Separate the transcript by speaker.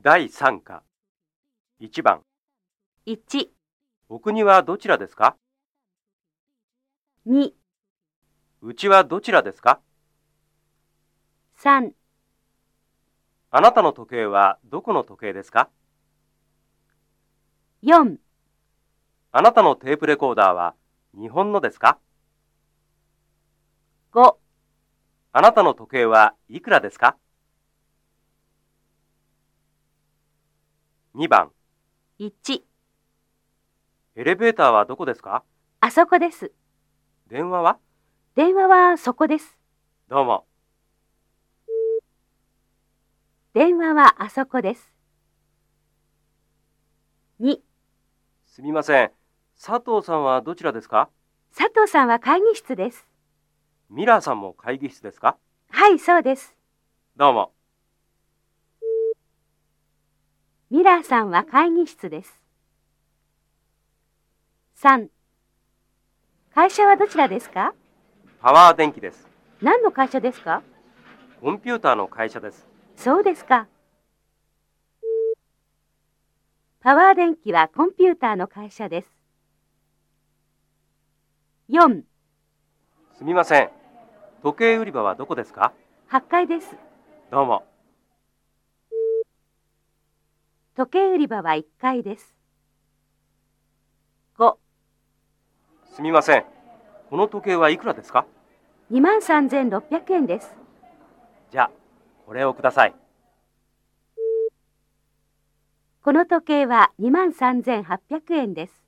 Speaker 1: 第3課1番
Speaker 2: 1、
Speaker 1: お国はどちらですか
Speaker 2: 2、
Speaker 1: うちはどちらですか
Speaker 2: 3、
Speaker 1: あなたの時計はどこの時計ですか
Speaker 2: 4、
Speaker 1: あなたのテープレコーダーは日本のですか
Speaker 2: 5、
Speaker 1: あなたの時計はいくらですか ?2 番
Speaker 2: 1、
Speaker 1: エレベーターはどこですか
Speaker 2: あそこです。
Speaker 1: 電話は
Speaker 2: 電話はそこです。
Speaker 1: どうも。
Speaker 2: 電話はあそこです。2、
Speaker 1: すみません。佐藤さんはどちらですか
Speaker 2: 佐藤さんは会議室です。
Speaker 1: ミラーさんも会議室ですか
Speaker 2: はい、そうです。
Speaker 1: どうも。
Speaker 2: ミラーさんは会議室です。3、会社はどちらですか
Speaker 1: パワー電気です。
Speaker 2: 何の会社ですか
Speaker 1: コンピューターの会社です。
Speaker 2: そうですか。パワー電気はコンピューターの会社です。4、
Speaker 1: すみません。時計売り場はどこですか
Speaker 2: 8階です。
Speaker 1: どうも。
Speaker 2: 時計売り場は1階です。5、
Speaker 1: すみません。この時計はいくらですか
Speaker 2: 23,600円です。
Speaker 1: じゃあ、これをください。
Speaker 2: この時計は23,800円です。